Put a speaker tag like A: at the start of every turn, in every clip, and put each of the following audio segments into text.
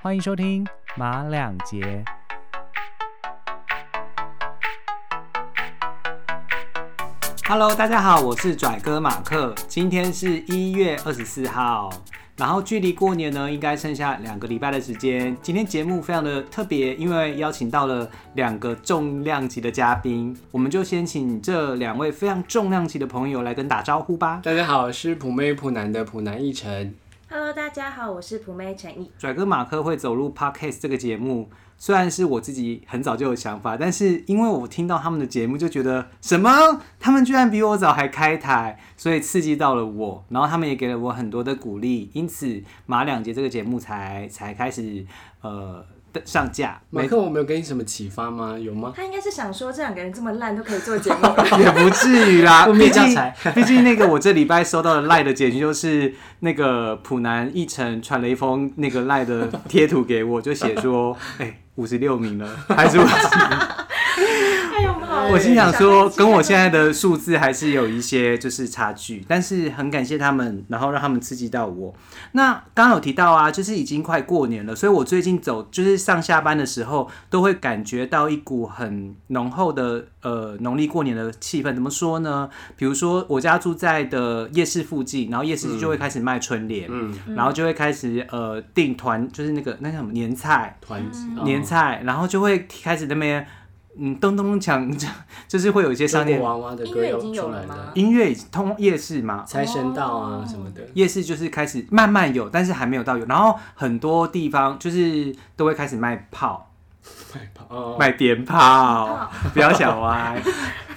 A: 欢迎收听马两杰。
B: Hello，大家好，我是拽哥马克，今天是一月二十四号，然后距离过年呢，应该剩下两个礼拜的时间。今天节目非常的特别，因为邀请到了两个重量级的嘉宾，我们就先请这两位非常重量级的朋友来跟打招呼吧。
C: 大家好，我是普妹普男的普男一晨。
D: Hello，大家好，我是普妹陈毅。
B: 拽哥马克会走入 Podcast 这个节目，虽然是我自己很早就有想法，但是因为我听到他们的节目，就觉得什么，他们居然比我早还开台，所以刺激到了我，然后他们也给了我很多的鼓励，因此马两节这个节目才才开始呃上架。
C: 马克，我没有给你什么启发吗？有吗？
D: 他应该是想说，这两个人这么烂都可以做节目，
B: 也不至于 啦，
C: 负
B: 毕
C: 面
B: 竟
C: 教材
B: 毕竟那个我这礼拜收到的赖的简讯就是那个普南一晨传了一封那个赖的贴图给我，就写说， 哎、五十六名了，还是我。
D: 哎呦，我们好。
B: 我心想
D: 小
B: 说，
D: 孩子
B: 跟我现在的数字还是有一些就是差距，但是很感谢他们，然后让他们刺激到我。那刚刚有提到啊，就是已经快过年了，所以我最近走就是上下班的时候，都会感觉到一股很浓厚的呃农历过年的气氛。怎么说呢？比如说我家住在的夜市附近，然后夜市就会开始卖春联，
C: 嗯，
B: 然后就会开始呃订团，就是那个那叫什么年菜，
C: 团子
D: 嗯
B: 年
C: 哦
B: 菜，然后就会开始那边嗯咚咚咚锵，就就是会有一些商
C: 中
B: 店
C: 国娃娃的
D: 音
C: 歌
D: 乐已
C: 又
D: 经有
C: 出
D: 了
C: 来
D: 吗
C: 了，
B: 音乐已通夜市嘛。
C: 财神到啊什么的。
B: 夜市就是开始慢慢有，但是还没有到有，然后很多地方就是都会开始卖炮、
C: 哦，
B: 卖鞭炮，不要想 歪。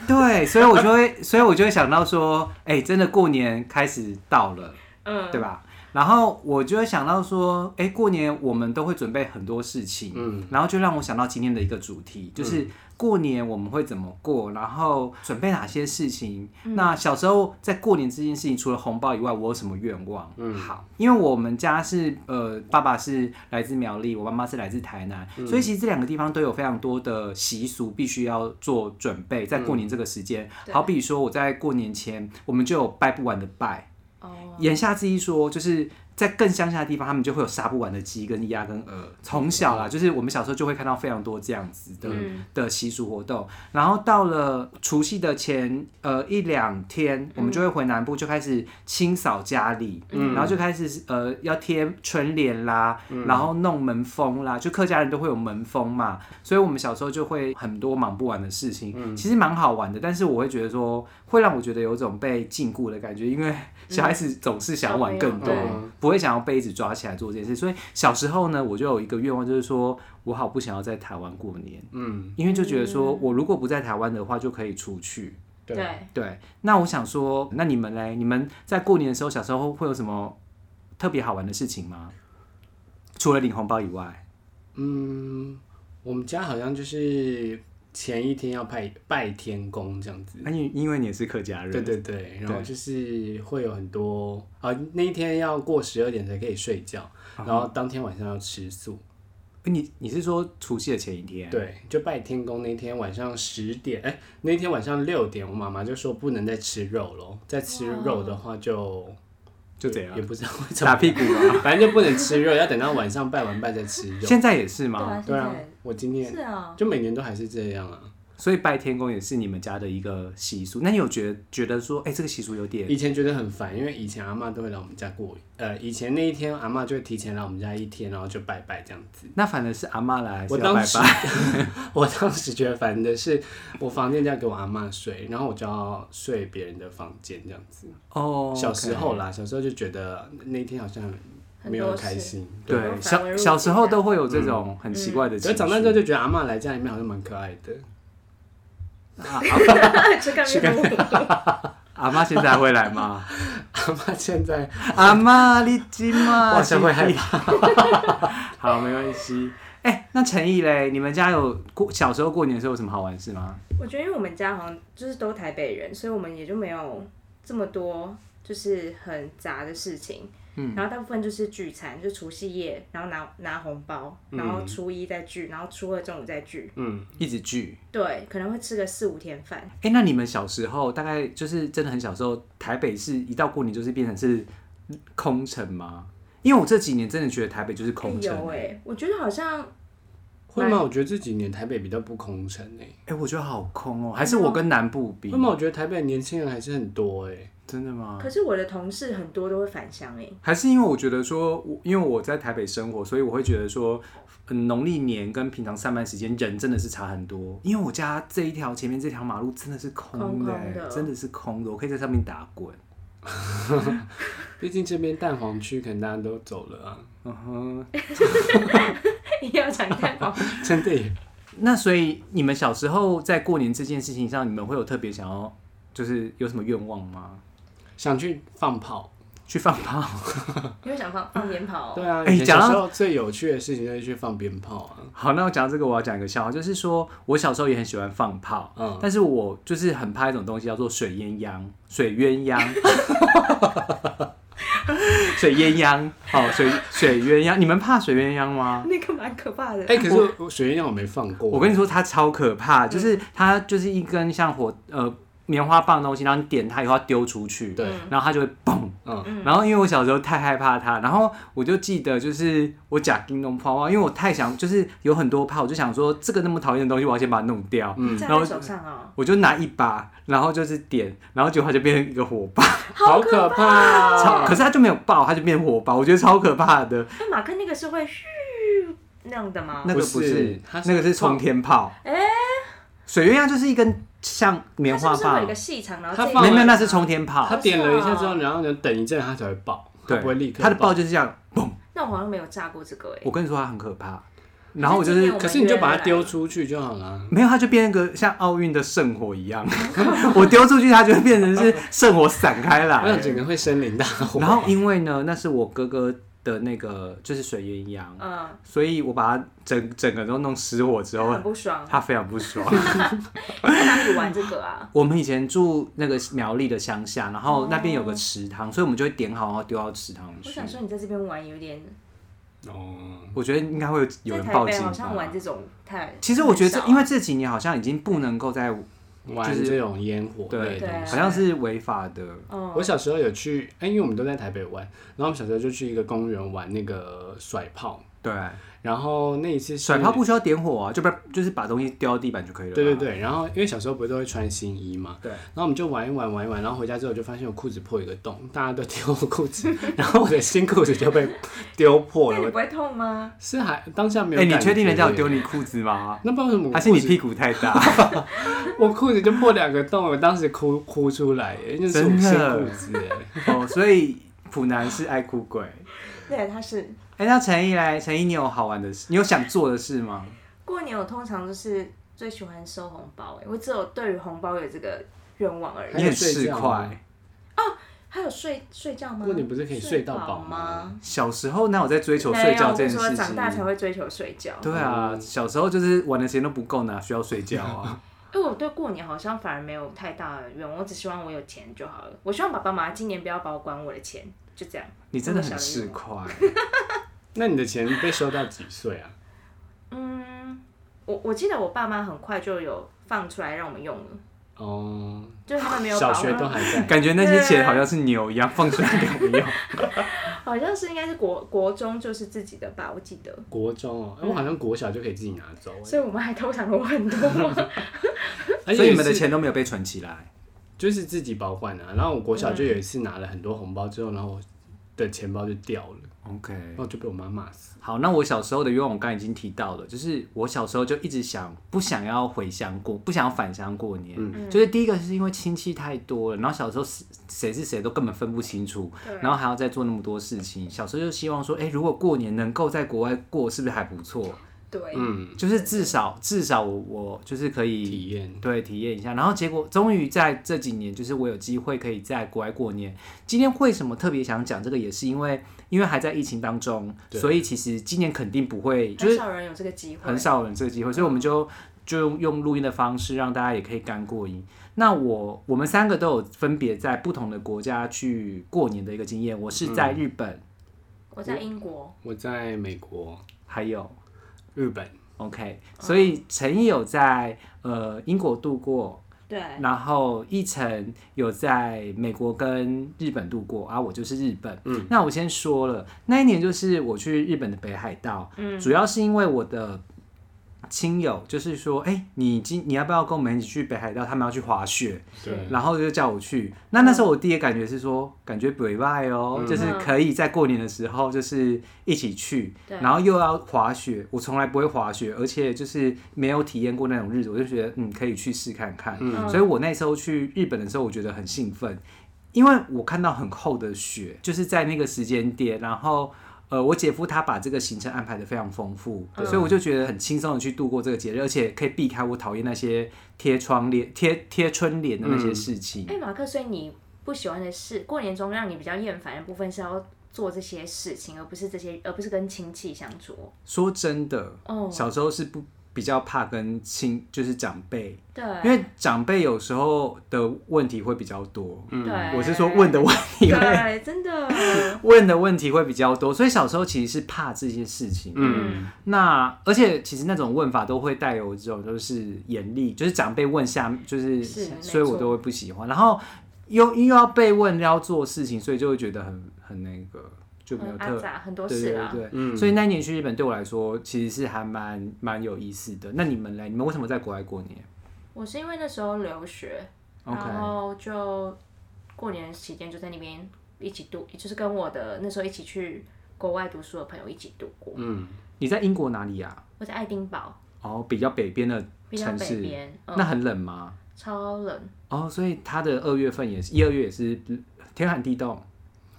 B: 对，所以我就会，所以我就会想到说，哎、真的过年开始到了，
D: 嗯，
B: 对吧？然后我就会想到说，哎、过年我们都会准备很多事情，
C: 嗯，
B: 然后就让我想到今天的一个主题，就是过年我们会怎么过，然后准备哪些事情。
D: 嗯
B: 那小时候在过年这件事情，除了红包以外，我有什么愿望？嗯，好，因为我们家是呃，爸爸是来自苗栗，我妈妈是来自台南，所以其实这两个地方都有非常多的习俗，必须要做准备，在过年这个时间。
D: 对
B: 好比说我在过年前，我们就有拜不完的拜。
D: 哦，
B: 言下之意说，就是在更乡下的地方，他们就会有杀不完的鸡、跟鸭、跟
D: 嗯
B: 鹅。从小啦，就是我们小时候就会看到非常多这样子的、
D: 嗯
B: 的习俗活动。然后到了除夕的前呃一两
D: 嗯
B: 天，我们就会回南部，就开始清扫家里，
D: 嗯
B: 然后就开始呃要贴春联啦，然后弄门风啦，就客家人都会有门风嘛，所以我们小时候就会很多忙不完的事情，
D: 嗯
B: 其实蛮好玩的。但是我会觉得说，会让我觉得有种被禁锢的感觉，因为小孩子总是想玩更多，
D: 小朋友
C: 嗯
B: 不会想要被一直抓起来做这件事。所以小时候呢，我就有一个愿望，就是说我好不想要在台湾过年，
C: 嗯，
B: 因为就觉得说我如果不在台湾的话，就可以出去。
C: 对，
D: 对，
B: 对，那我想说，那你们嘞？你们在过年的时候，小时候会有什么特别好玩的事情吗？除了领红包以外，
C: 嗯，我们家好像就是前一天要拜拜天公这样子。
B: 那你啊因为你也是客家人，
C: 对对对，然后就是会有很多啊，那一天要过十二点才可以睡觉，然后当天晚上要吃素。
B: 你你是说除夕的前一天？
C: 对，就拜天公那天晚上十点，哎、那天晚上六点，我妈妈就说不能再吃肉咯，再吃肉的话就
B: 就这样
C: 也不知道为什
B: 打
C: 么，
B: 屁股 吗？
C: 反正就不能吃肉，要等到晚上拜完拜再吃肉。
B: 现在也是
D: 对
B: 吗？
D: 啊啊，现
C: 对啊，我今
D: 在
C: 天
D: 是啊，
C: 就每年都还是这样啊。
B: 所以拜天公也是你们家的一个习俗。那你有觉得觉得说，哎、这个习俗有点
C: 以前觉得很烦，因为以前阿嬷都会来我们家过，呃，以前那一天阿嬷就会提前来我们家一天，然后就拜拜这样子。
B: 那反而是阿妈来，还是
C: 我
B: 要
C: 当
B: 拜
C: 时
B: 拜。
C: 我当时觉得烦的是，我房间要给我阿嬷睡，然后我就要睡别人的房间这样子。
B: 哦
C: 小时候啦，小时候就觉得那天好像没有很开心，
D: 很多
B: 对
D: 事反而
B: 小
D: 入
B: 小时
D: 侵
B: 候
D: 了
B: 都会有这种很奇怪的
C: 可
B: 情
C: 是
B: 绪。
C: 长大之后就觉得阿嬷来家里面好像蛮可爱的。
D: 吃干面糊，
B: 阿妈现在还会来吗？
C: 阿嬷现在
B: 阿妈，你今嘛？
C: 哇真会害
B: 怕。 好，没关系。哎、那陈毅嘞，你们家有过小时候过年的时候有什么好玩的事吗？
D: 我觉得因为我们家好像就是都台北人，所以我们也就没有这么多就是很杂的事情。嗯，然后大部分就是聚餐，就除夕夜，然后拿拿红包，然后初一再聚，然后初二中午再聚，
C: 嗯
B: 一直聚。
D: 对，可能会吃个四五天饭。
B: 哎、那你们小时候大概就是真的很小时候，台北市一到过年就是变成是空城吗？因为我这几年真的觉得台北就是空城、
D: 有哎、
B: 哎、
D: 我觉得好像
C: 会吗？我觉得这几年台北比较不空城诶、
B: 我觉得好空哦、还是我跟南部比
C: 会？吗？我觉得台北年轻人还是很多欸诶、
B: 真的吗？
D: 可是我的同事很多都会返乡哎、
B: 还是因为我觉得说，我因为我在台北生活，所以我会觉得说，嗯，农历年跟平常上班时间人真的是差很多。因为我家这一条前面这条马路真的是空的,、
D: 空空的
B: 真的是空的，我可以在上面打滚。
C: 毕竟这边蛋黄区可能大家都走了啊，
B: 嗯哼，
D: 欸 一定要讲蛋黄。
C: 啊 真的耶。
B: 那所以你们小时候在过年这件事情上，你们会有特别想要，就是有什么愿望吗？
C: 想去放炮。
B: 去放炮？
D: 因为想放放鞭炮、
C: 对啊，
B: 哎
C: 以前
B: 讲
C: 小
B: 到
C: 时候最有趣的事情就是去放鞭炮啊。
B: 好，那我讲到这个，我要讲一个笑话，就是说我小时候也很喜欢放炮，
C: 嗯
B: 但是我就是很怕一种东西叫做水鸳鸯，水鸳鸯， 水鸳鸯，好，水水鸳鸯，你们怕水鸳鸯吗？
D: 那个蛮可怕的。
C: 哎、可是我水鸳鸯我没放过。嗯
B: 我跟你说，它超可怕，就是它就是一根像火呃棉花棒的东西，然后你点它以后要丢出去，
C: 对，
B: 然后它就会嘣。
C: 嗯，
B: 然后因为我小时候太害怕它，然后我就记得就是我假叮咚泡泡，因为我太想就是有很多怕，我就想说这个那么讨厌的东西，我要先把它弄掉。
D: 你
B: 嗯
D: 站
B: 然
D: 在
B: 后
D: 手上哦、
B: 我就拿一把，然后就是点，然后结果它就变成一个火把，
C: 好可怕
B: 超 可是它就没有爆，它就变火把，我觉得超可怕的。
D: 那马克那个是会嘘那样的吗？
B: 那个
C: 不
B: 不
C: 是
B: 是
C: 它，是
B: 那个是冲天炮。水鸳鸯就是一根像棉
D: 它
B: 花
D: 是不是
B: 棒
D: 有一，个细长，然后
C: 它
D: 这一啊
C: 放
B: 没
C: 了
B: 有没有，那是冲天炮
C: 他。点了一下之后，然后呢，等一阵它才会爆，它
B: 对，
C: 不会立刻。
B: 它的爆，就是这样，
D: 那我好像没有炸过这个哎、
B: 我跟你说它很可怕。然后我就是
D: 今天我们
C: 可是你就把它丢出去就好了。
B: 没有，它就变成个像奥运的圣火一样， 我丢出去，它就会变成是圣火散开
C: 那
B: 来。
C: 整个会森林大 火。
B: 然后因为呢，那是我哥哥的那个就是水鸳鸯，
D: 嗯，
B: 所以我把它整整个都弄失火之后
D: 很，不爽。
B: 他非常不 爽。
D: 在哪里玩这个 啊？
B: 我们以前住那个苗栗的乡下，然后那边有个池
D: 嗯
B: 塘，所以我们就会点好，然后丢到池塘
D: 我
B: 去
D: 想。说你在这边玩有点，
C: 哦，
B: 我觉得应该会有有
D: 嗯在
B: 人
D: 台
B: 报
D: 北
B: 警
D: 好像
B: 吧
D: 玩。这种太……
B: 其实我觉得
D: 很
B: 这，
D: 少
B: 因为这几年好像已经不能够再
C: 玩这种烟火类
B: 对
C: 的
D: 对
C: 东，西。
B: 好像是违法的。
D: 哦，
C: 我小时候有去，哎、因为我们都在台北玩，然后我们小时候就去一个公园玩那个甩炮，
B: 对，
C: 然后那一次是
B: 甩炮不需要点火啊，就不就是把东西丢到地板就可以了。
C: 对对，对，然后因为小时候不是都会穿新衣嘛，
B: 对
C: 然后我们就玩一玩玩一玩，然后回家之后就发现我裤子破一个洞，大家都丢我裤子， 然后我的新裤子就被丢 破
D: 那你
C: 了
D: 不，会痛吗？
C: 是还当下没有
B: 哎，
C: 感觉。
B: 你确定人家有丢？你裤子吗？
C: 那不知道为什 么我
B: 还是你
C: 裤子
B: 屁股太 大？
C: 我裤子就破两个洞，我当时哭哭出来耶，因为是我
B: 真的
C: 新裤子耶。
B: 哦，所以普南是爱哭鬼。
D: 对，他是
B: 哎、那陈毅来，陈毅，你有好玩的事，你有想做的事吗？
D: 过年我通常就是最喜欢收红包哎、我只有对于红包有这个愿望而已。
C: 还
B: 你
C: 有
B: 很
C: 睡
B: 市
C: 觉吗
B: 侩。
D: 还有睡睡觉吗？
C: 过年不是可以睡到饱
D: 饱
C: 吗？
B: 小时候哪有在追求
D: 没
B: 睡
D: 有，
B: 觉
D: 我
B: 这
D: 跟
B: 件
D: 你说，
B: 事
D: 长
B: 情？
D: 大才会追求睡觉。
B: 对
C: 哦
B: 啊，小时候就是玩的时间都不够呢，需要睡觉 啊。
D: 因为我对过年好像反而没有太大的愿望，我只希望我有钱就好了。我希望爸爸妈妈今年不要把我管我的钱，就这样。
B: 你真的很
D: 这么
B: 市
D: 小愿望
B: 侩。
C: 那你的钱被收到几岁啊？
D: 嗯，我我记得我爸妈很快就有放出来让我们用了，
C: 哦，
D: 就是他们没有把
C: 小
D: 我
C: 学都还在。
B: 感觉那些钱好像是牛一样放出来给我们用。
D: 好像是应该是国国中就是自己的吧，我记得。
C: 国中哦，哎我好像国小就可以自己拿走耶，
D: 所以我们还偷藏了我很
B: 嗯
D: 多，
C: 而且
B: 所以你们
C: 是
B: 的钱都没有被存起来。
C: 就是自己保管啊。然后我国小就有一次拿了很多红包之后，然后我的钱包就掉了，
B: OK，
C: 然后就被我妈骂死。
B: 好，那我小时候的愿望我刚才已经提到了，就是我小时候就一直想不想要回乡过，不想要返乡过年。就是第一个是因为亲戚太多了，然后小时候是谁是谁都根本分不清楚，然后还要再做那么多事情。小时候就希望说，哎、如果过年能够在国外过，是不是还不错？
D: 对，
C: 嗯，
B: 就是至少至少我我就是可以
C: 体验
B: 对体验一下，然后结果终于在这几年，就是我有机会可以在国外过年。今天为什么特别想讲这个，也是因为因为还在疫情当中，
C: 对
B: 所以其实今年肯定不会，就
D: 很
B: 是
D: 少人有这个机会，
B: 很少有人这个机会，所以我们就就用用录音的方式让大家也可以干过瘾。那我我们三个都有分别在不同的国家去过年的一个经验，我是在日本，
D: 我在英国，
C: 我在美国、
B: 还有
C: 日本，
B: OK，所以陈毅有在呃英国度过，
D: 对，
B: 然后一晨有在美国跟日本度过啊，我就是日本。嗯，那我先说了，那一年就是我去日本的北海道，嗯，主要是因为我的亲友就是说，哎、你今你要不要跟我们一起去北海道？他们要去滑雪，
C: 对，
B: 然后就叫我去。那那时候我第一个感觉是说，感觉北外哦，
C: 嗯
B: 就是可以在过年的时候就是一起去，
D: 对
B: 然后又要滑雪，我从来不会滑雪，而且就是没有体验过那种日子，我就觉得嗯可以去试看看。
D: 嗯
B: 所以我那时候去日本的时候，我觉得很兴奋，因为我看到很厚的雪，就是在那个时间点，然后。呃，我姐夫他把这个行程安排的非常丰富，
D: 嗯
B: 所以我就觉得很轻松的去度过这个节日，而且可以避开我讨厌那些贴窗帘、贴贴春联的那些事情。
D: 哎、马克，所以你不喜欢的事，过年中让你比较厌烦的部分是要做这些事情，而不是这些，而不是跟亲戚相处。
B: 说真的，
D: 哦，
B: 小时候是不比较怕跟亲，就是长辈，
D: 对，
B: 因为长辈有时候的问题会比较多。
D: 对，
B: 嗯我是说问的问题会
D: 对，真的，
B: 问的问题会比较多，所以小时候其实是怕这些事情。
D: 嗯，
B: 那而且其实那种问法都会带有这种就是严厉，就是长辈问下，就是
D: 是
B: 所以
D: 没错
B: 我都会不喜欢。然后又又要被问要做事情，所以就会觉得很很那个 就没有
D: 嗯
B: 特
D: 阿杂很多
B: 对
D: 事啊
B: 对对，
D: 啦。
C: 嗯
B: 所以那一年去日本对我来说其实是还蛮蛮有意思的。那你们嘞？你们为什么在国外过年
D: 我是因为那时候留学，
B: ？OK，
D: 然后就过年期间就在那边一起度，就是跟我的那时候一起去国外读书的朋友一起度过。
C: 嗯，
B: 你在英国哪里啊？
D: 我在爱丁堡，
B: 哦，比较北边的
D: 比较
B: 城
D: 北
B: 市，啊
D: 边，
B: 那
D: 嗯，
B: 很冷吗？
D: 超冷。
B: 哦，所以它的二月份也是，一二月也是天寒地冻。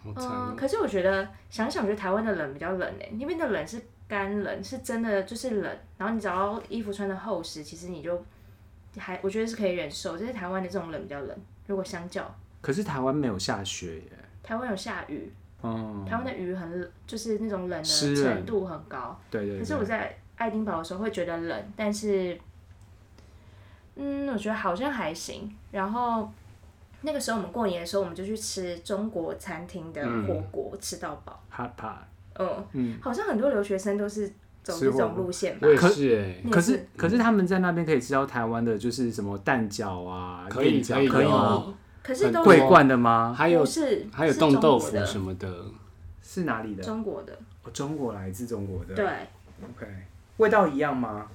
C: 好惨
D: 嗯，
C: 哦，
D: 可是我觉得想想，我觉得台湾的冷比较冷诶、那边的冷是干冷，是真的就是冷。然后你只要衣服穿的厚实，其实你就还我觉得是可以忍受。就是台湾的这种冷比较冷，如果相较
B: 可是台湾没有下雪耶。
D: 台湾有下雨，
B: 嗯，
D: 台湾的雨很冷就是那种冷的
B: 湿冷
D: 程度很高。
B: 对对
D: 可是我
B: 对。
D: 在爱丁堡的时候会觉得冷，但是，嗯，我觉得好像还行。然后那个时候我们过年的时候，我们就去吃中国餐厅的火锅，吃到饱。
B: hot pot。
D: 嗯，好像很多留学生都是走这
B: 吃火
D: 种
B: 锅
D: 路线吧
C: 我。也是哎，
D: 你也
B: 可是可是他们在那边可以吃到台湾的，就是什么蛋饺啊，
C: 可以
B: 燕饺
C: 可以
B: 可以
C: 有
B: 吗？
D: 以，可是
C: 很
D: 都
B: 桂冠的吗？
C: 还有
D: 不是
C: 还有
D: 是中
C: 冻豆
D: 国
C: 腐
D: 的，
C: 什么的，
B: 是哪里的？
D: 中国的，
B: 哦中国来自中国的。
D: 对，
B: ，OK。味道一样吗？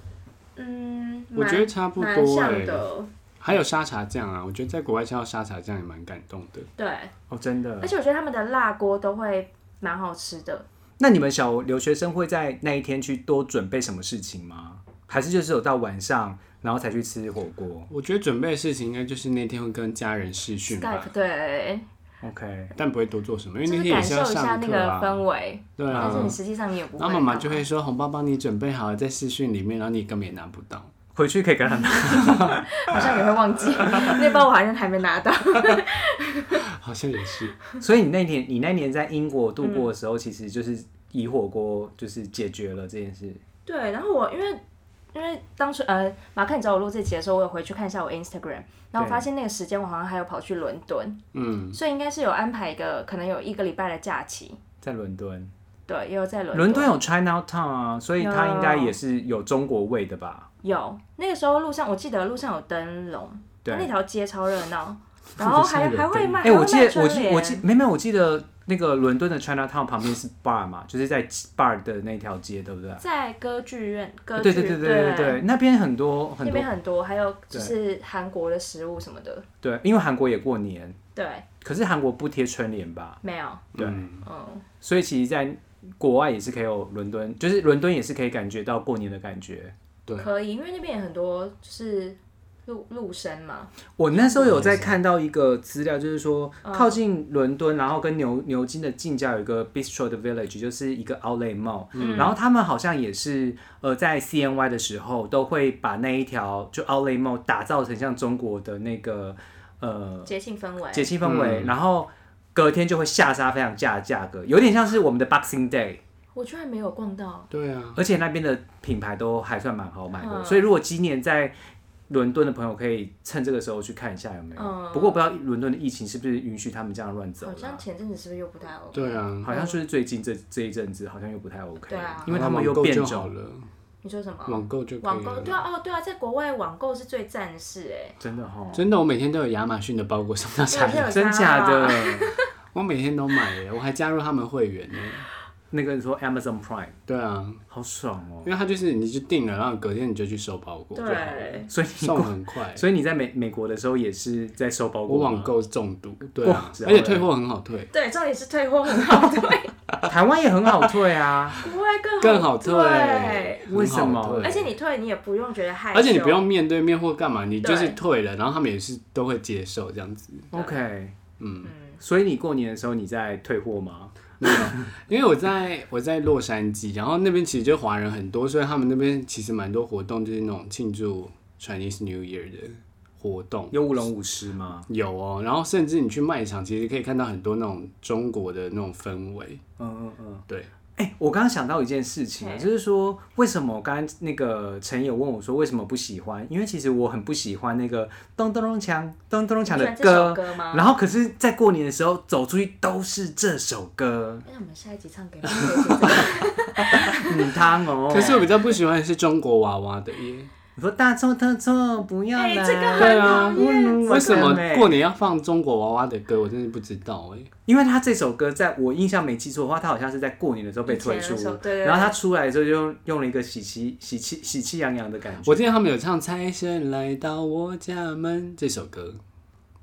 D: 嗯，
C: 我觉得差不
D: 蛮
C: 多
D: 蛮像
C: 欸
D: 的，
C: 还有沙茶酱啊，我觉得在国外吃到沙茶酱也蛮感动的。
D: 对，
B: 哦，真的
D: 而。且我觉得他们的辣锅都会蛮好吃的。
B: 那你们小留学生会在那一天去多准备什么事情吗？还是就是有到晚上，然后才去吃火锅
C: 哦我觉得准备的事情应该就是那天会跟家人视讯吧
D: Skype，，对，
B: ？OK。
C: 但不会多做什么，因为
D: 就
C: 那
D: 是
C: 天也
D: 感
C: 是
D: 受
C: 要
D: 一下
C: 上
D: 那
C: 课
D: 个
C: 啊。
D: 氛围，
C: 对
D: 但是
C: 啊
D: 你，实际上你也不会。
C: 然后妈妈就会说红包帮你准备好了，在视讯里面，然后你根本也拿不 到。
B: 回去可以跟他们。
D: 好像也会 忘记那包，我好像还没拿到。
C: 好像也 是，
B: 所以你那年，你那年在英国度过的时候，其实就是以火锅就是解决了这件事。
D: 对，然后我因为因为当初呃，马克，你找我录这集的时候，我有回去看一下我 Instagram，然后我
B: 对
D: 发现那个时间我好像还有跑去伦敦，
C: 嗯，
D: 所以应该是有安排一个可能有一个礼拜的假期。
B: 在伦敦，
D: 对，也有在伦
B: 伦敦有 Chinatown 啊，所以它应该也是有中国味的吧？
D: 有那个时候路上，我记得路上有灯笼，
B: 对
D: 那条街超热 闹，然后还
C: 路上有
D: 还会
C: 灯
D: 卖，
B: 哎、
D: 还会
B: 我记
D: 卖
B: 得，我
D: 春
B: 记，
D: 联
B: 我记，没没有，我记得那个伦敦的 Chinatown 旁边是 bar 嘛，就是在 bar 的那条街，对不对？
D: 在歌剧院，歌剧
B: 对对对对对对，那边很多很
D: 那
B: 多
D: 边很多，还有就是韩国的食物什么的，
B: 对，因为韩国也过年，
D: 对，
B: 可是韩国不贴春联吧，
D: 没有，
B: 对
C: 嗯
D: 嗯，
B: 所以其实，在国外也是可以有伦敦，就是伦敦也是可以感觉到过年的感觉。
C: 对
D: 可以，因为那边也很多就是陆陆生嘛，
B: 我那时候有在看到一个资料，就是说
D: 嗯
B: 靠近伦敦，然后跟牛牛津的近郊有一个 Bistro 的 Village，就是一个 Outlet Mall，、然
D: 嗯
B: 后他们好像也是呃在 CNY 的时候都会把那一条就 Outlet Mall 打造成像中国的那个呃
D: 节庆氛围，
B: 节气氛围，然后隔天就会下杀非常价的价格，有点像是我们的 Boxing Day，
D: 我居然没有逛到，
C: 对啊，
B: 而且那边的品牌都还算蛮好买的，
D: 嗯
B: 所以如果今年在伦敦的朋友可以趁这个时候去看一下有没有。
D: 嗯
B: 不过不知道伦敦的疫情是不是允许他们这样乱走
D: 好像
B: 了。
D: 前阵子是不是又不太 OK？
C: 对啊，
B: 好像就是最近这这一阵子好像又不太 OK，
D: 对啊
B: 因为他们
C: 网
B: 又
C: 购
B: 变
C: 就好
B: 种，
C: 了，
D: 你说什么？
C: 网购就可
D: 网
C: 以
D: 购
C: 了。
D: 对啊，哦对啊，在国外网购是最赞的事哎，
B: 真的哈，
C: 真的，哦我每天都有亚马逊的包裹送到 家
D: 对
C: 里，
D: 有
B: 真
D: 差
B: 假的
D: 吧？？
C: 我每天都买耶，我还加入他们会员呢。
D: 啊
B: 那个你说 Amazon Prime
C: 对啊，
B: 好爽哦
C: 因，为他就是你就定了，然后隔天你就去收包裹就好了，
D: 对，
B: 所以你
C: 送很快。
B: 所以你在美美国的时候也是在收包
C: 我
B: 裹吗
C: 网，购中毒，对啊
B: 哇，
C: 而且退货很好退，
D: 对，重点是退货很好退，
B: 台湾也很好退啊。
D: 国外更
C: 更好退
D: 退，。
B: 为什么
C: 很好退
D: 而且你退你也不用觉得害羞，
C: 而且你不用面对面或干嘛，你就是
D: 对
C: 退了，然后他们也是都会接受这样子。
B: OK，
C: 嗯，
D: 嗯，
B: 所以你过年的时候你在退货吗？
C: 因为我在我在洛杉矶，然后那边其实就华人很多，所以他们那边其实蛮多活动，就是那种庆祝 Chinese New Year 的活动。
B: 有舞龙舞狮吗？
C: 有哦，然后甚至你去卖场，其实可以看到很多那种中国的那种氛围。
B: 嗯嗯嗯。
C: 对，
B: 哎、我刚刚想到一件事情，啊
D: 嘿
B: 就是说为什么刚刚那个陈也问我说为什么不喜欢？因为其实我很不喜欢那个咚咚咚锵咚咚咚锵
D: 你
B: 的
D: 喜欢这
B: 歌，
D: 首歌吗？
B: 然后可是，在过年的时候走出去都是这首歌，
D: 哎那我们下一集 唱给我们姐姐
B: 很汤 哦。
C: 可是我比较不喜欢的是中国娃娃的耶。
B: 你说大错特错，不要
D: 哎
B: 来，
D: 这个很
C: 对啊
D: 讨厌
B: 嗯
C: 为什么
B: 我看了
C: 过年要放中国娃娃的歌？我真的不知道哎。
B: 因为他这首歌，在我印象没记错的话，他好像是在过年的时候被推
D: 以
B: 出
D: 前的时候，对对对
B: 然后他出来的时候就用用了一个喜气喜气喜气洋洋的感觉。
C: 我记得他们有唱《财神来到我家门》这首歌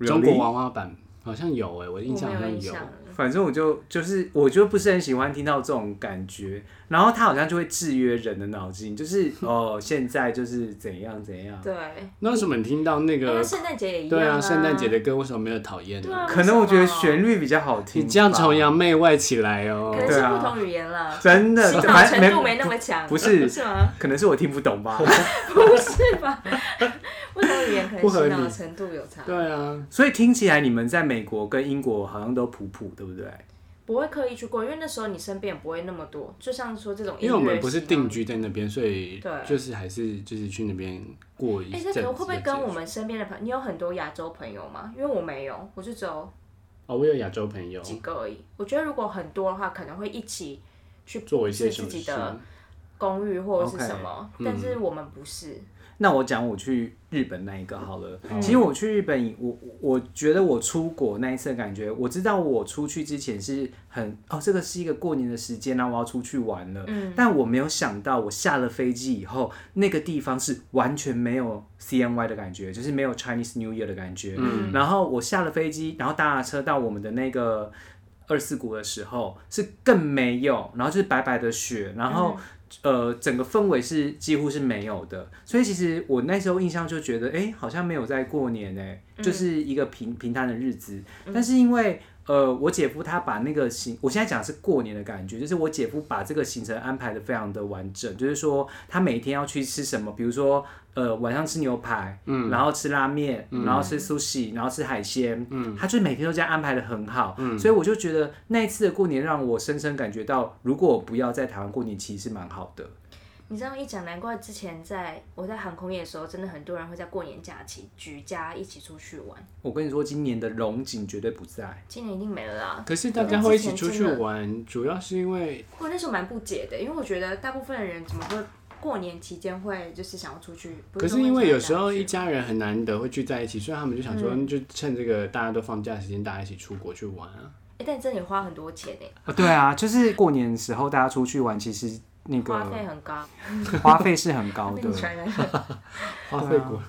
B: Really？
C: 中国娃娃版好像有哎，我印象
D: 我
C: 好
D: 没有
C: 像
D: 印
C: 有
D: 象。了。
B: 反正我就就是我就不是很喜欢听到这种感觉，然后他好像就会制约人的脑筋， 就是哦现在就是怎样怎样，
D: 对，
C: 那为什么你听到那
D: 哎
C: 个
D: 那？圣诞节也一样
C: 对啊，圣诞节
D: 的。
C: 的歌为什么没有讨厌
D: 对
C: 呢？
D: 啊，
B: 可能我觉得
D: 为什么
B: 旋律比较好听。
C: 你这样崇，洋媚外起来哦
D: 可。能
B: 对
D: 是
B: 啊
D: 不同语言了，
B: 真的
D: 洗脑
B: 反
D: 程度没
B: 没
D: 那么强，
B: 不是
D: 是吗？
B: 可能是我听不懂吧。
D: 不是 吧？不同语言可能
C: 不合
D: 洗
C: 理
D: 脑程度有差，
C: 对啊，
B: 所以听起来你们在美国跟英国好像都普普，对不对？
D: 不会刻意去过，因为那时候你身边也不会那么多，就像说这种
C: 因
D: 音乐啊
C: 为我们不是
D: 洗脑
C: 定。居在那边，所以
D: 对
C: 就是还是就是去那边过一
D: 哎，
C: 阵
D: 那
C: 子
D: 可
C: 的
D: 能会不会
C: 节
D: 跟我
C: 奏
D: 们身边的朋友？你有很多亚洲朋友吗？因为我没有，我就只有
C: 哦，我有亚洲朋友
D: 几个而已。我觉得如果很多的话，可能会一起去
C: 做一些什
D: 是自
C: 么
D: 己
C: 事？
D: 的公寓或者是
B: OK，嗯
D: 什么但是我们不是。
B: 那我讲我去日本那一个好了。
D: 嗯
B: 其实我去日本，我我觉得我出国那一次的感觉，我知道我出去之前是很哦，这个是一个过年的时间然后我要出去玩了。
D: 嗯
B: 但我没有想到，我下了飞机以后，那个地方是完全没有 CNY 的感觉，就是没有 Chinese New Year 的感觉。
D: 嗯
B: 然后我下了飞机，然后搭车到我们的那个二四谷的时候，是更没有，然后就是白白的雪，然后、呃，整个氛围是几乎是没有的。所以其实我那时候印象就觉得，哎、好像没有在过年哎、就是一个平平淡的日子。但是因为呃，我姐夫他把那个行，我现在讲的是过年的感觉，就是我姐夫把这个行程安排的非常的完整，就是说他每天要去吃什么，比如说呃晚上吃牛排，嗯，然后吃拉面，然后吃 sushi，然后吃海鲜，嗯，他就是每天都这样安排的很好，嗯，所以我就觉得那一次的过年让我深深感觉到，如果我不要在台湾过年，其实是蛮好的，
D: 你这样一讲，难怪之前在我在航空业的时候，真的很多人会在过年假期举家一起出去玩。
B: 我跟你说，今年的龙井绝对不在。
D: 今年一定没了啦。
C: 可是大家会一起出去玩，主要是因为
D: 我那时候蛮不解的，因为我觉得大部分的人怎么会过年期间会就是想要出去？不
C: 可
D: 说
C: 是因为有时候
D: 会
C: 一
D: 想
C: 家人很难得会聚在一起，所以他们就想
D: 嗯
C: 说，就趁这个大家都放假的时间，大家一起出国去玩 啊。
D: 要这样，哎、但真的也花很多钱哎，
B: 啊，对啊，就是过年的时候大家出去玩，其实那
D: 花
B: 个
D: 费很高。
B: 花费是很高
D: 那
B: 的
D: 你。传染了
C: 花费
B: 啊
C: 国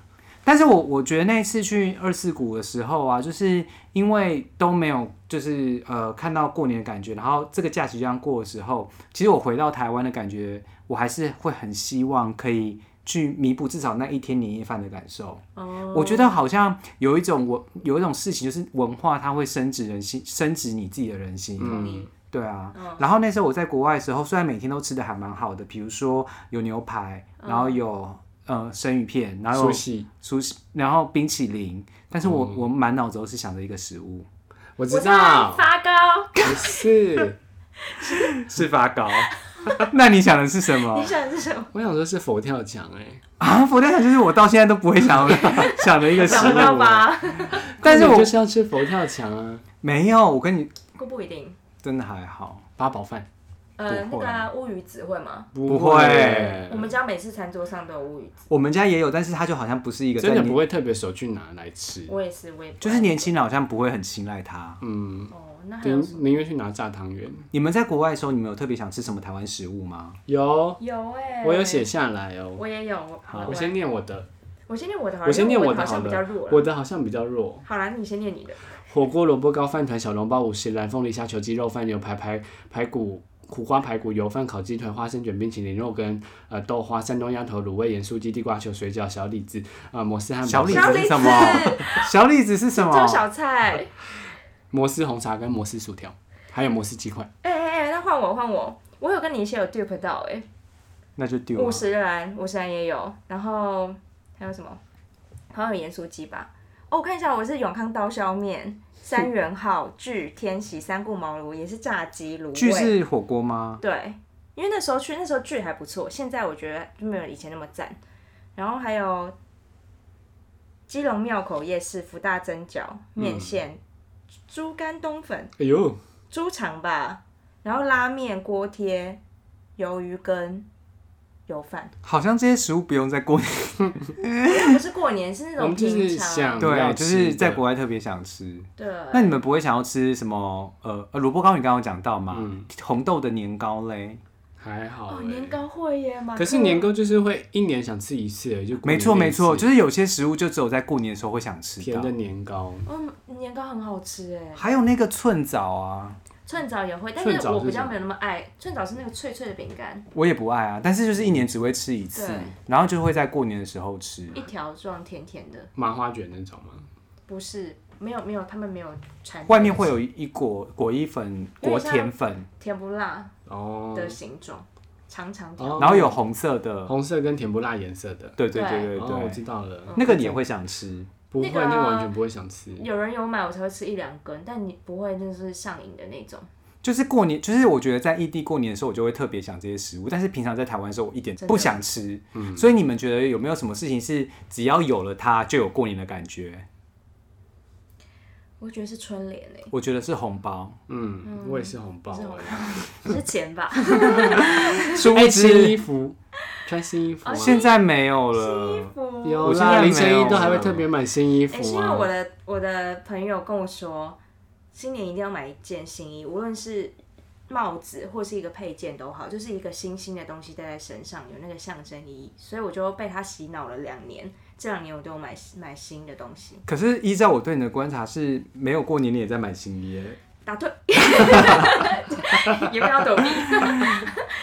B: 但是我我觉得那一次去二四谷的时候啊，就是因为都没有就是呃看到过年的感觉，然后这个假期这样过的时候，其实我回到台湾的感觉，我还是会很希望可以去弥补至少那一天年夜饭的感受。
D: 哦，
B: 我觉得好像有一种文有一种事情，就是文化它会升值人心，升值你自己的人心。
D: 同意。
B: 对啊，然后那时候我在国外的时候，虽然每天都吃的还蛮好的，比如说有牛排，然后有呃生鱼片，然后
C: 出
B: 有
C: 戏，
B: 熟食，然后冰淇淋，但是我、我满脑子都是想着一个食物，
C: 我
D: 我
C: 知
D: 知道
C: 道
D: 你，发高，
C: 不是，
B: 是发糕。 那你想的是什么
D: 你想的是什么？
C: 我想说是佛跳墙哎，
B: 啊？佛跳墙就是我到现在都不会想 想的一个食
D: 想不到
B: 物，
D: 吧？
B: 但是
C: 过年
B: 我
C: 就是要吃佛跳墙啊，
B: 没有，我跟你
D: 不不一定。
B: 真的还好。
C: 八宝饭，
B: 不
D: 呃，那
B: 会
D: 个啊乌鱼子会吗？
C: 不
B: 会
D: 我们家每次餐桌上都有乌鱼子，
B: 我们家也有，但是它就好像不是一个
C: 真的
B: 在你
C: 不会特别手去拿来吃，
D: 我也是，我也不
B: 就是年轻人好像不会很青睐它。
C: 嗯，
D: 哦，那还有什么？
C: 宁宁愿去拿炸汤圆。
B: 你们在国外的时候，你们有特别想吃什么台湾食物吗？
C: 有，
D: 有哎、
C: 我有写，下来哦。
D: 我也有。我
C: 好，我先念我的，
D: 我先念我的好了，
C: 我先念
D: 因为
C: 我
D: 我的
C: 的好
D: 好像比较
C: 了
D: 弱了。，
C: 我的好像比较弱。
D: 好啦，你先念你的。
C: 火锅、萝卜糕、饭团、小笼包、五十兰、凤梨虾球、鸡肉饭、牛排、排排骨、苦瓜排骨、油饭、烤鸡腿、花生卷、冰淇淋、肉羹、呃豆花、山东鸭头、卤味、盐酥鸡、地瓜球、水饺、小李子、呃摩斯汉堡、
B: 小李
D: 小
B: 子
D: 李
B: 是
D: 子
B: 什么？ 小李子是什
D: 做
B: 么？
D: 小菜。
C: 摩斯红茶跟摩斯薯条，还有摩斯鸡块。
D: 哎哎哎，那换我换我，我有跟你一些有 dupe 到哎、
B: 那就丢
D: 五
B: 了。
D: 十岚，五十岚也有，然后还有什么？好像有盐酥鸡吧。哦，我看一下，我是永康刀削面、三元号、巨天喜、三顾茅庐，也是炸鸡卤味。
B: 剧是火锅吗？
D: 对，因为那时候去，那时候剧还不错，现在我觉得就没有以前那么赞。然后还有基隆庙口夜市福大蒸饺、
C: 嗯
D: 面线、猪肝冬粉、
C: 哎呦，
D: 猪肠吧，然后拉面、锅贴、鱿鱼羹、油饭。
B: 好像这些食物不用在过年，
D: 不是过年，是那
C: 我
D: 种
C: 们就是
D: 平常。
C: 想
B: 对，
C: 要
B: 就
C: 吃
B: 是
C: 的
B: 在国外特别想吃。
D: 对，
B: 那你们不会想要吃什么？呃，呃萝卜糕你刚刚有讲到嘛，
C: 嗯
B: 红豆的年糕嘞，
C: 还好、
D: 哦，
C: 欸。
D: 年糕会耶，马克
C: 可是年糕就是会一年想吃一次而已，就过
B: 没
C: 年
B: 错
C: 那一
B: 没错，
C: 次
B: 就是有些食物就只有在过年的时候会想吃
C: 甜
B: 到
C: 的。年糕。
D: 嗯，年糕很好吃哎，
B: 还有那个寸枣啊，
D: 寸枣也会，但
C: 寸
D: 是
C: 枣
D: 我
C: 嗯是
D: 比
C: 什
D: 较
C: 么
D: 没有那么爱。寸枣是那个脆脆的饼干，
B: 我也不爱啊，但是就是一年只会吃一次
D: 对，
B: 然后就会在过年的时候吃。
C: 啊
D: 一条状，甜甜的，
C: 麻花卷那种吗？
D: 不是没有没有，他们没有产。
B: 外面会有一果果一粉、
D: 有
B: 果
D: 点像
B: 甜粉，
D: 甜不辣
C: 哦，
D: 的形状，长长条。
C: 哦
B: 然后有红色的，
C: 红色跟甜不辣颜色的。
B: 对对对对
C: 哦，我
B: 对，
C: 知道了，
B: 那个你也会想吃。
C: 不会，
D: 那个啊
C: 那个完全不会想吃。
D: 有人有买，我才会吃一两根，但你不会就是上瘾的那种。
B: 就是过年，就是我觉得在异地过年的时候，我就会特别想这些食物，但是平常在台湾的时候，我一点
D: 真的
B: 不想吃。所以你们觉得有没有什么事情是只要有了它就有过年的感觉？
D: 我觉得是春联哎，
B: 我觉得是红包，
C: 嗯，我也是红包
D: 不是红
C: 哎。
D: 是钱 吧？
B: 殊
C: 哎
B: 不
C: 新衣
B: 知
C: 服，穿新衣服啊。
B: 现在没有
D: 新衣
B: 了。
D: 哦服。
C: 有
B: 我现
C: 啦，
B: 在
C: 凌晨
B: 没有
C: 一都还会
B: 了
C: 特别买新呃衣
D: 哎、是
C: 服
D: 因为我
C: 啊。
D: 的我的朋友跟我说，新年一定要买一件新衣，无论是帽子或是一个配件都好，就是一个新新的东西戴在身上，有那个象征意义。所以我就被他洗脑了两年，这两年我都有买买新的东西，
B: 可是依照我对你的观察，是没有过年你也在买新衣耶。
D: 打退， 也不要躲避。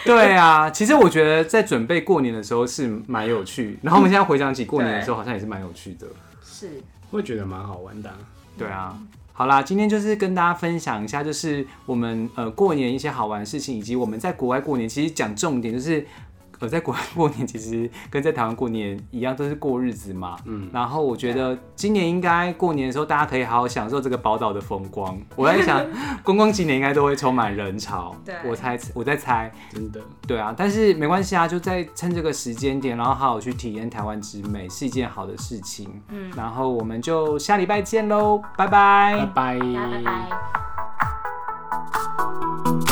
B: 对啊，其实我觉得在准备过年的时候是蛮有趣，然后我们现在回想起过年的时候，好像也是蛮有趣的。
D: 是，
C: 会觉得蛮好玩的啊。
B: 对啊。好啦，今天就是跟大家分享一下，就是我们呃过年一些好玩的事情，以及我们在国外过年。其实讲重点就是，呃，在国外过年其实跟在台湾过年一样，都是过日子嘛。嗯。然后我觉得今年应该过年的时候，大家可以好好享受这个宝岛的风光。我在想，观光景点应该都会充满人潮。
D: 对
B: 我猜，我在猜。
C: 真的，
B: 对啊，但是没关系啊，就在趁这个时间点，然后好好去体验台湾之美，是一件好的事情。嗯，然后我们就下礼
C: 哎
B: 拜见喽，拜拜
C: 拜拜，
D: 大家拜拜。